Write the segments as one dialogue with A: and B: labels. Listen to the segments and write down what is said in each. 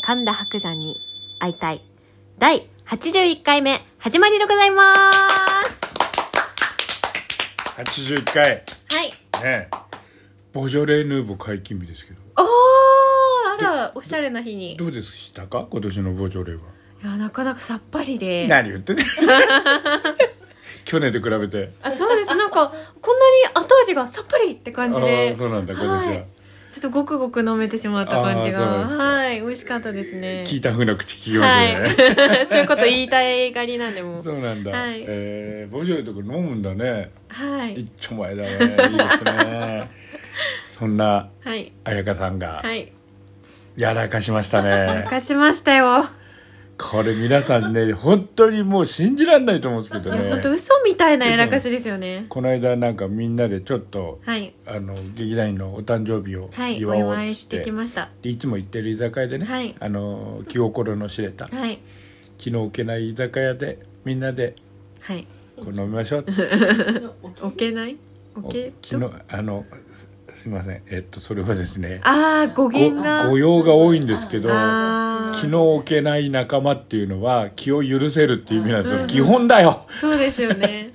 A: 神田伯山に会いたい。第81回目、始まりでございます。
B: 81回
A: はい。
B: ねボジョレ・ヌーボー解禁日ですけど
A: おーあら、おしゃれな日に。い
B: どうでしたか今年のボジョレは
A: や、なかなかさっぱりで。
B: 何言ってね 去年と比べて
A: あそうです。なんか、こんなに後味がさっぱりって感じ
B: あ
A: で
B: あ。そうなんだ今年は、
A: はいちょっとごくごく飲めてしまった感じ
B: あーそう
A: が。
B: ですか
A: はい。美味しかったですね。
B: 聞いたふうな口利きようで、
A: はい。 そういうこと言いたいがりなんで もう。
B: そうなんだ、
A: はい
B: えーボジョレとか飲むんだね
A: はい。
B: 一丁前だねいいです ねそんな
A: はい。
B: 彩香さんが
A: はい。
B: やらかしましたね、
A: 明かしましたよ。
B: これ皆さんね本当にもう信じられないと思うんですけど
A: 本当
B: ね
A: 嘘みたいなやらかしですよね。
B: この間なんかみんなでちょっと
A: はい。
B: あの劇団員のお誕生日を
A: はい。
B: 祝
A: お
B: おう
A: 祝
B: っ
A: い
B: つ
A: し
B: って,、
A: てきました。
B: でいつも行ってる居酒屋でね、
A: はい
B: あの気心の知れた
A: はい。
B: 気の置けない居酒屋でみんなで
A: はい。
B: こう飲みましょうっつって
A: 置けない置け
B: 気のあのすすいませんえっとそれはですね
A: ああ、語
B: ご
A: 源が。
B: 御用が多いんですけど
A: あ
B: 気
A: ー
B: の置けない仲間っていうのは気を許せるっていう意味なんです
A: う
B: よ
A: ん
B: 基本だよ
A: そうですよね。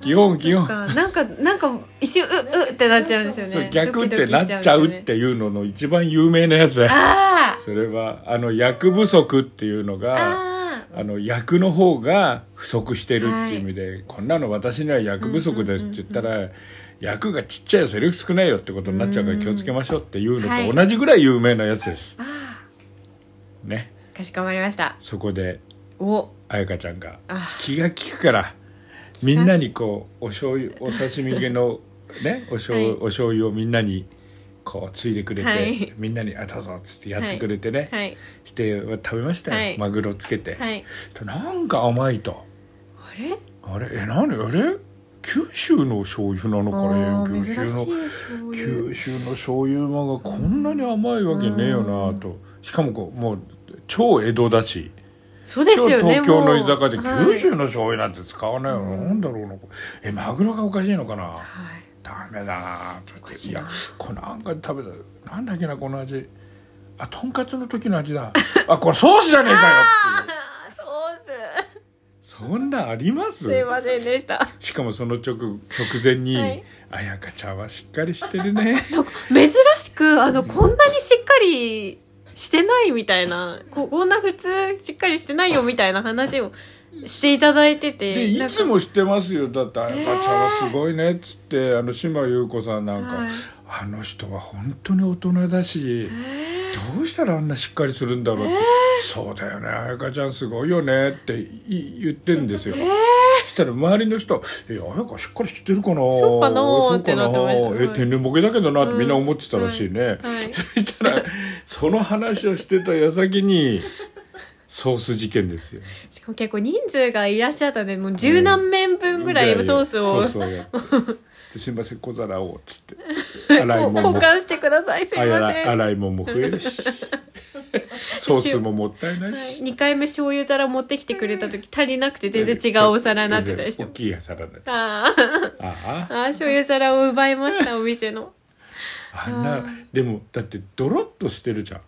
B: 基本基
A: なん
B: 本
A: か、なんか、なんか、一瞬、う、うってなっちゃうんですよ
B: そう
A: ね。
B: 逆っ
A: ドキド
B: て
A: キ
B: な
A: し
B: っち
A: んです
B: ゃ
A: よ
B: う
A: ね
B: っていうのの一番有名なやつだよ
A: あ
B: それはあの役不足っていうの
A: あ
B: が
A: あ
B: あの役の方が不足してるっていう意味で、こんなの私には役不足ですって言ったら、役がちっちゃいよセリフ少ないよってことになっちゃうから気をつけましょうっていう
A: は
B: の
A: い
B: と同じぐらい有名なやつです、
A: あ。あ
B: ね
A: あ。かしこまりました。
B: そこで
A: お。
B: 彩香ちゃんが
A: あ
B: 気が利くからみんなにこうお醤油お刺身系のねお醤,、
A: はい
B: お醤油をみんなにこうついでくれて、
A: はい
B: みんなに「あどうぞ」っつってやってくれてね、
A: あ。はい。
B: して食べましたよ、
A: はい
B: マグロつけて、
A: はい。
B: なんか甘いと
A: あれ
B: あれえ何あれ九州の醤油なのこ
A: あ
B: れ
A: ー
B: 九州
A: 珍
B: の
A: しい醤油
B: 九州の醤油まがこんなに甘いわけねえよなとしかもこうもう超江戸だし
A: そうですよね
B: 超東京
A: も
B: の
A: う
B: 居酒屋で
A: はい
B: 九州の醤油なんて使わないよ、
A: うん
B: なんだろうなえマグロがおかしいのかな
A: はい
B: ダメだなと
A: お
B: 思
A: か
B: って
A: し
B: い
A: いな
B: やこれなんか食べたなんだっけなこの味あとんかつの時の味だ あこれソースじゃねえかよっていう
A: あーソ
B: そんなんありま
A: ース
B: す
A: すいませんでした
B: しかもその直直前に、
A: はい
B: 彩香ちゃんはしっかりしてる ね
A: なんか珍しくあのこんなにしっかりしてないみたいなここんな普通しっかりしてないよみたいな話をしていただいてて
B: でい
A: なんか
B: つもしてますよだって彩香ちゃんはすごいねっつって、あの島優子さんなんか、
A: はい
B: あの人は本当に大人だし、どうしたらあんなしっかりするんだろうって、そうだよね彩香ちゃんすごいよねってい言ってんですよ、そしたら周りの人「え彩香しっかりしてるかな
A: そうかな
B: そう
A: ってなってました
B: え天然ボケだけどな」ってみんな思ってたらしいね、
A: はい
B: そしたらその話をしてた矢先にソース事件ですよ
A: しかも結構人数がいらっしゃったんでもう十何面分ぐらいソースを、
B: ソースをやってですいません小皿を」っつって洗い
A: こう
B: 物
A: 交
B: も
A: 換してくださいすい
B: あや
A: ま
B: ら
A: せん、は
B: 洗い物も増える しソースももったいないし、
A: い、2回目醤油皿持ってきてくれた時足りなくて全然違うお皿になってたりして
B: 大きい皿になってた
A: あー
B: あ
A: あー醤油皿を奪いましたお店の
B: ああんなでもだってドロッとしてるじゃん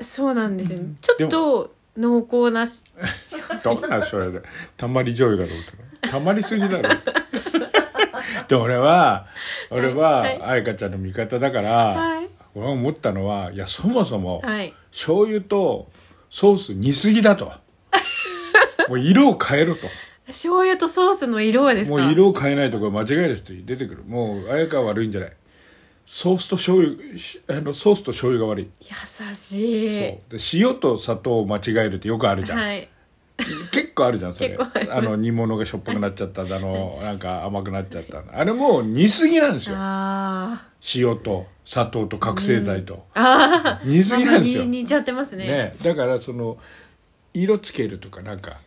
A: そうなんですよ、ね、ちょっと濃厚なし
B: どんな醤油だたまり醤油だろうとたまりすぎだろうで俺は俺は
A: はい
B: 愛香ちゃんの味方だから、
A: はい
B: 俺が思ったのはいやそもそも
A: はい
B: 醤油とソース煮すぎだともう色を変えろと
A: 醤油とソースの色はですか
B: もう色を変えないとこれ間違いですって出てくるもう綾香は悪いんじゃないソースと醤油しあのソースと醤油が悪い、
A: 優しい
B: そうで塩と砂糖を間違えるってよくあるじゃん、
A: はい
B: 結構あるじゃんそれ
A: 結構あります
B: の煮物がしょっぱくなっちゃっただ のなんか甘くなっちゃったあれもう煮すぎなんですよ
A: あ
B: 塩と砂糖と覚醒剤と、
A: ーあー
B: 煮すぎなんですよ
A: まあまあ煮ちゃってますね
B: ねだからその色つけるとかなんか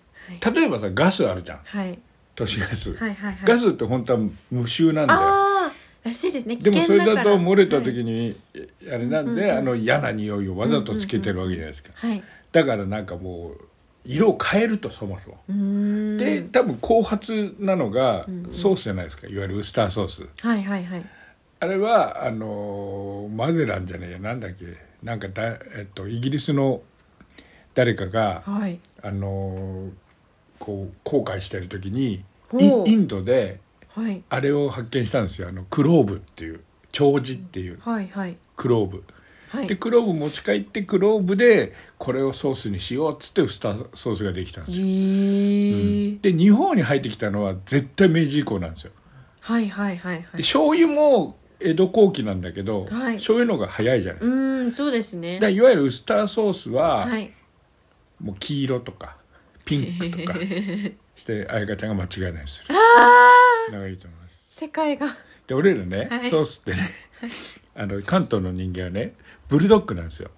B: 例えばさガスあるじゃん
A: はい、
B: 都市ガス、
A: はいはいはい
B: ガスって本当は無臭なんだよ
A: ああらしいですね危
B: でもそ
A: 険だ
B: れ
A: から
B: だと漏れた
A: は
B: 時に、あれなんで、あの嫌な匂いをわざとつけてるわけじゃないですか、
A: い、はい、
B: だからなんかもう色を変えるとそもそも、
A: うーん
B: で多分後発なのがソースじゃないですかいわゆるウスターソース
A: はいはいはい
B: あれはあのーマゼランじゃねえやなんだっけなんかだ、えっと、イギリスの誰かが
A: はい。
B: あのーこう後悔してる時に
A: ほ
B: イ
A: う
B: インドで
A: はい。
B: あれを発見したんですよあのクローブっていう長寿っていう
A: はい。はい。
B: クローブ
A: は
B: で
A: い。
B: クローブ持ち帰ってクローブでこれをソースにしようっつってウスターソースができたんですよ、う
A: え
B: ん
A: ー
B: で日本に入ってきたのは絶対明治以降なんですよ
A: はい。はい。はい。は
B: で
A: い。
B: 醤油も江戸後期なんだけど、
A: はい
B: 醤油の方が早いじゃないうですか,、
A: ーん、そうですね。
B: いわゆるウスターソースは、
A: はい。
B: もう黄色とかピンク とかして彩香ちゃんが間違いないする
A: あー
B: のがいいと思います
A: 世界が。
B: で俺らね、
A: はい
B: ソースってね あの関東の人間はねブルドックなんですよ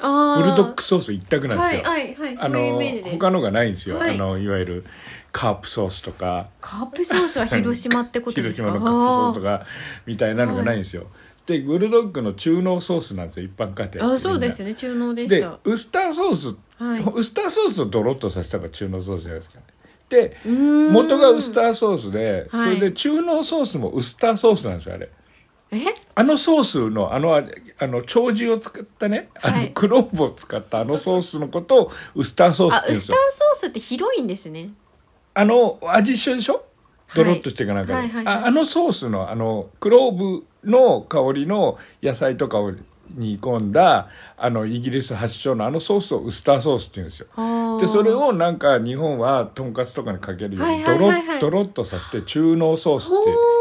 A: ああ。
B: ブルドックソース一択なんですよ、
A: はい。はい。はい。そ
B: あ
A: ういうイ
B: の
A: メージです。
B: 他のがないんですよ、
A: はい
B: あのいわゆるカープソースとか
A: カープソースは広島ってことで
B: 広
A: すか
B: 島のカープソースとかみたいなのがないんですよ、でブルドッグの中濃ソースなんですよ一般家
A: あ
B: 庭
A: ーあそうですね中濃
B: み
A: で
B: んな
A: し
B: で
A: た
B: ウスターソース、
A: はい
B: ウスターソースをドロッとさせたのが中濃ソースじゃないですかねで元
A: 元
B: がウスターソースで、
A: はい
B: それで中濃ソースもウスターソースなんですよあれ
A: え
B: あのソースのあのああの長寿を使ったねあ
A: は
B: の
A: い
B: クローブを使ったあのソースのことをウスターソースっ
A: あ
B: て言うん
A: ウ
B: で
A: ス
B: す
A: ター
B: よ
A: ソースって広いんですね
B: あの味一緒でしょ
A: は
B: ド
A: い
B: ロッとしていかなんかで、
A: はいはいはい
B: ああのソースのあのクローブの香りの野菜とかを煮込んだあのイギリス発祥のあのソースをウスターソースって言うんですよで
A: で
B: それをなんか日本はとんかつとかにかけるように
A: は
B: ド
A: い
B: ロ
A: はいはいは
B: ッ
A: い
B: ドロッとさせて中濃ソースって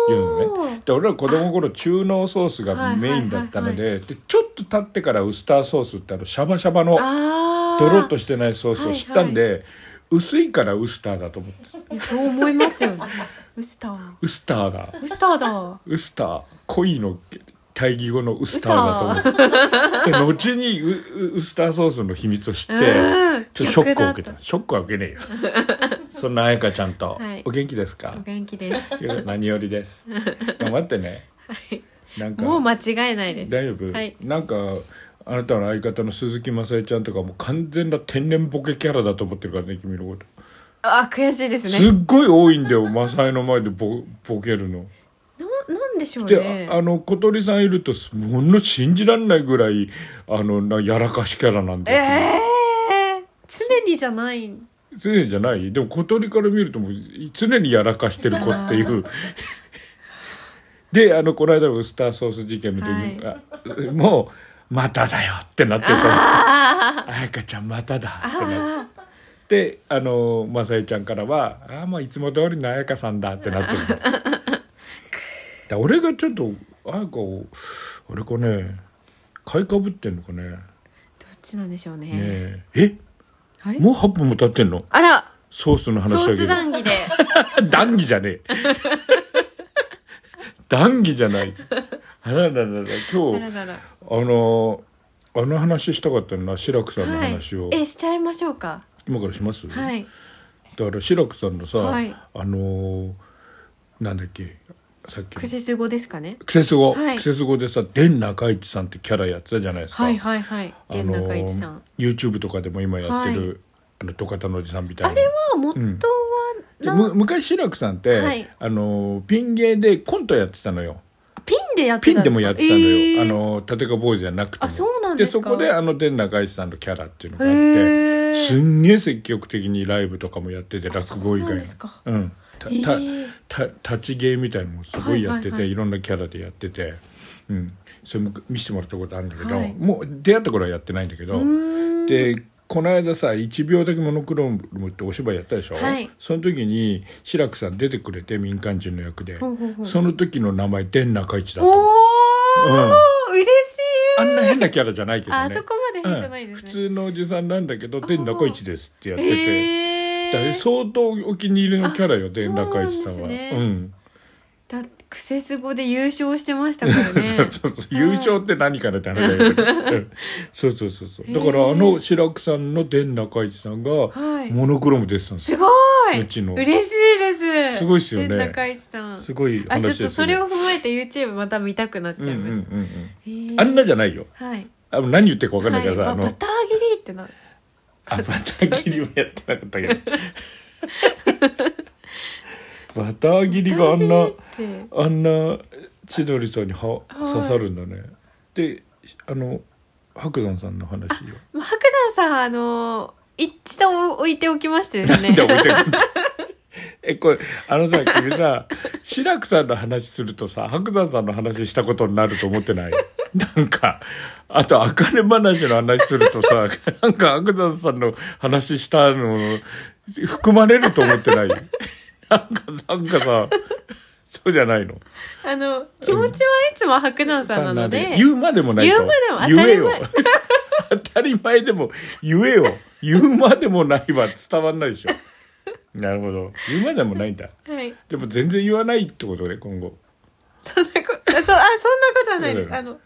B: 言うのねで俺ら子供の頃中濃ソースがメインだったので,、
A: は
B: でちょっと経ってからウスターソースってあのシャバシャバの
A: ああ
B: ドロッとしてないソースを知ったんで、薄いからウスターだと思って
A: いやそう思いますよねウスター
B: ウスターだ
A: ウスターだ
B: ウスター恋の対義語のウスターだと思ってで後にウウウスターソースの秘密を知って、
A: うん
B: ちょっとショックを受け
A: 逆だ
B: た
A: っ
B: ショックは受けねえよそんな彩香ちゃんと、
A: はい
B: お元気ですか
A: お元気です
B: 何よりです頑張ってね
A: はい
B: なんか
A: もう間違いないです
B: 大丈夫、
A: はい
B: なんかあなたの相方の鈴木雅恵ちゃんとかもう完全な天然ボケキャラだと思ってるからね君のこと
A: あ悔しいです
B: すっ
A: ね
B: ごい多いんだよ雅恵の前でボボケるの。
A: ななんでしょう
B: で
A: ね
B: ああの小鳥さんいるともの信じられないぐらいあのなやらかしキャラなん
A: え
B: ですよ、
A: えー常にじゃない
B: 常じゃないでも小鳥から見るともう常にやらかしてる子っていうであのこの間のウスターソース事件の時も,あ、もう「まただよ」ってなってるから「彩香ちゃんまただ」ってなって。であの雅恵ちゃんからは「ああもういつも通りの彩香さんだ」ってなってるだ俺がちょっと彩香をあれかね買いかぶってんのかねね
A: どっちなんでしょうね
B: ええ
A: あれ
B: もう8分も経ってんの
A: あら
B: ソースの話だけ
A: ソ
B: ど
A: ース談義で
B: 談義じゃねえ。談義じゃない。あらららら、
A: あ
B: 今
A: ら
B: 日、
A: らら
B: あの、あの話したかったな、志らくさんの
A: はい
B: 話を。、
A: えしちゃいましょうか
B: 今からします、
A: はい
B: だから志らくさんのさ、
A: はい
B: あの、なんだっけ、さっき。
A: クセス語ですかね
B: クセス語、
A: はい
B: クセス語でさ、デン中市さんってキャラやってたじゃないですか。
A: はいはいはい
B: あ
A: 源
B: の
A: 中一さん、
B: YouTube とかでも今やってる、
A: は
B: あの土方のおじさんみたい
A: あ
B: な
A: れは元は
B: で
A: な、
B: む昔志らくさんって、
A: はい
B: あのピン芸でコントやってたのよ
A: ピンでやって
B: ピ
A: た
B: ン
A: ん
B: で
A: ですか
B: もやってたのよ、
A: えー
B: あの立川坊主じゃなくても
A: あそうなんですか
B: そこであの天中一さんのキャラっていうのがあっ
A: へ
B: て
A: ー
B: すんげえ積極的にライブとかもやってて落語以
A: そ
B: 外の
A: うなんですか
B: うんた
A: えー
B: たた立ち芸みたいのもすごいやってて、
A: はいいはいはい
B: ろんなキャラでやってて、うん、それも見せてもらったことあるんだけど、
A: はい
B: もう出会った頃はやってないんだけど、
A: うーん
B: でこの間さ「1秒だけモノクローム」ってお芝居やったでしょ、
A: はい
B: その時に志らくさん出てくれて民間人の役で、
A: ほうほうほう
B: その時の名前「伝中一」だったの
A: おー、嬉しい
B: あんな変なキャラじゃないけどね
A: あそこまで変じゃないです
B: うん
A: ね
B: 普通のおじさんなんだけど「伝中一です」ってやってて、
A: へ
B: だから
A: ー
B: 相当お気に入りのキャラよ
A: あ
B: 伝中一さん
A: そうな
B: は
A: んですね
B: うん
A: だクセス語で優勝してましたからね
B: そうそうそう優勝って何かなって話だけど、うん そうそうそうそうだから
A: へー
B: あの志らくさんの伝中一さんが
A: はい
B: モノクローム出てたんですよ
A: すごいう
B: ちの
A: 嬉しいです
B: すごいっすよね
A: 天中一さん
B: すごい
A: あ
B: 話
A: ちょ
B: で
A: っ
B: すよ
A: とそれを踏まえて YouTube また見たくなっちゃいました、
B: うんうんうん
A: へー
B: うん、あんなじゃないよ
A: はい
B: あの何言ってるか分かんないからさ、
A: はい、
B: あ
A: ババ
B: の
A: ター切りってな
B: あバター切りはやってなかったけどバター切りがあんな
A: バター切りって
B: あんな千鳥さんには
A: はい
B: 刺さるんだね、であの白山さんの話を
A: まあ白山さんはあの一度置いておきましてですね
B: で置いてくんだ えこれあのさ君さ志らくさんの話するとさ白山さんの話したことになると思ってないなんかあと茜話の話するとさなんか白山さんの話したの含まれると思ってないなんかなんかさそうじゃないの
A: あの気持ちはいつも白山さんなので
B: 言うまでもないと
A: 言うまでも
B: 言えよ
A: 当
B: 当たり前でも言えよ言うまでもないは伝わんないでしょなるほど言うまでもないんだ
A: はい
B: でも全然言わないってことね今後
A: そんなこあそうあそんなことはない
B: そ
A: で
B: う
A: す
B: だ
A: あ
B: よ
A: の、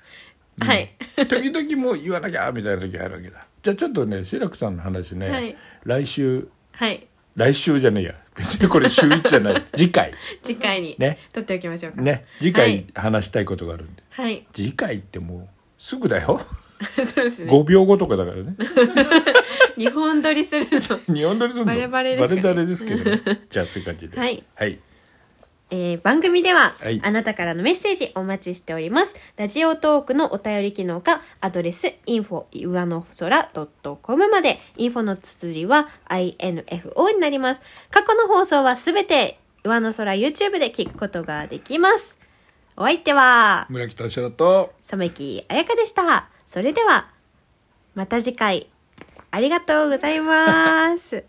A: はい
B: 時々もう言わなきゃみたいな時あるわけだじゃあちょっとね志らくさんの話ね、
A: はい
B: 来週
A: はい
B: 来週じゃねえや別に これ週1じゃない次回
A: 次回に
B: ね
A: 取っておきましょうか
B: ね次回話したいことがあるんで、
A: はい
B: 次回ってもうすぐだよ
A: そうですね
B: 5秒後とかだからね
A: 日本撮りするの
B: 日本撮りするの
A: バレバレですかね
B: バレバレですけど、ね、じゃあそういう感じでは
A: はい、
B: はい、
A: えー番組では、
B: はい
A: あなたからのメッセージお待ちしております。ラジオトークのお便り機能か、アドレス info 上の空 .com まで、info の綴りは info になります。過去の放送はすべて上の空 YouTube で聞くことができます。お相手は、
B: 村木敏郎と
A: 染木彩香でした。それでは、また次回、ありがとうございます。